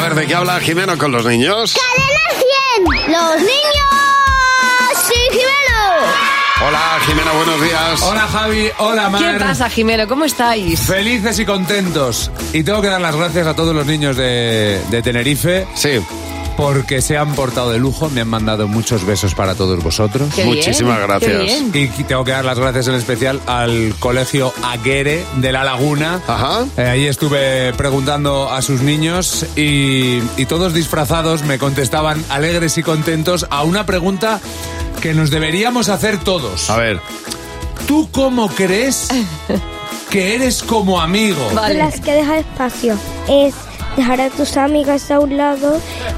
ver, ¿de qué habla Jimeno con los niños? ¡Cadena 100! ¡Los niños! ¡Sí, Jimeno! Hola, Jimeno, buenos días. Hola Javi, hola Mar. ¿Qué pasa, Jimeno? ¿Cómo estáis? Felices y contentos. Y tengo que dar las gracias a todos los niños de, de Tenerife Sí, porque se han portado de lujo, me han mandado muchos besos para todos vosotros. Qué bien, Muchísimas gracias. qué bien. Y tengo que dar las gracias en especial al colegio Aguere de La Laguna. Ajá. Eh, ahí estuve preguntando a sus niños y, y todos disfrazados me contestaban alegres y contentos a una pregunta que nos deberíamos hacer todos. a ver. ¿Tú cómo crees que eres como amigo? Vale. Las que deja espacio es dejar a tus amigas a un lado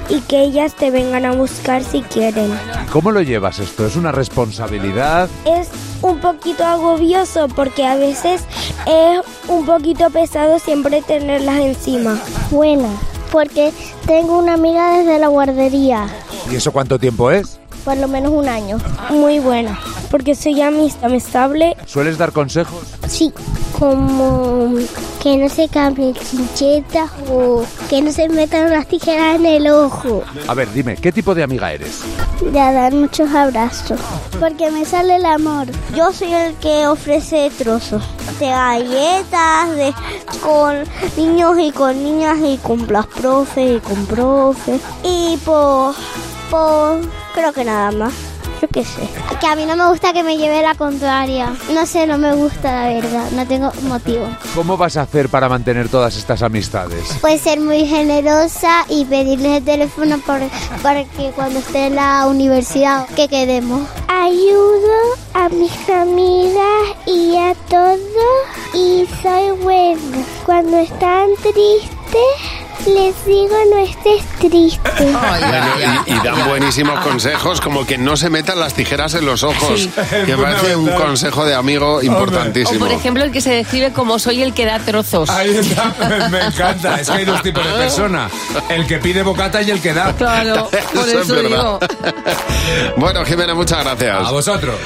y que ellas te vengan a buscar si quieren. ¿Cómo lo llevas esto? ¿Es una responsabilidad? Es un poquito agobioso porque a veces es un poquito pesado siempre tenerlas encima. Buena, porque tengo una amiga desde la guardería. ¿Y eso cuánto tiempo es? Por lo menos un año. Muy buena, porque soy amist- amistable. ¿Sueles dar consejos? Sí, como que no se cambien chinchetas o que no se metan las tijeras en el ojo. A ver, dime, ¿qué tipo de amiga eres? De a dar muchos abrazos. Porque me sale el amor. Yo soy el que ofrece trozos de galletas, de con niños y con niñas y con las profes y con profes. Y por, por creo que nada más. Yo qué sé. Que a mí no me gusta que me lleve la contraria. No sé, no me gusta la verdad. No tengo motivo. ¿Cómo vas a hacer para mantener todas estas amistades? Puede ser muy generosa y pedirles el teléfono por- para que cuando esté en la universidad que quedemos. Ayudo a mis amigas y a todos y soy buena. Cuando están tristes, les digo no estés triste. Ay, Bueno, ay, ay. y, y dan buenísimos consejos como que no se metan las tijeras en los ojos. Sí. Que parece un consejo de amigo O, importantísimo. por ejemplo, el que se describe como soy el que da trozos. Ahí está, me, me encanta. Es que hay dos tipos de persona: el que pide bocata y el que da. Claro, por Eso es eso verdad. digo. bueno, Jimena, muchas gracias. A vosotros.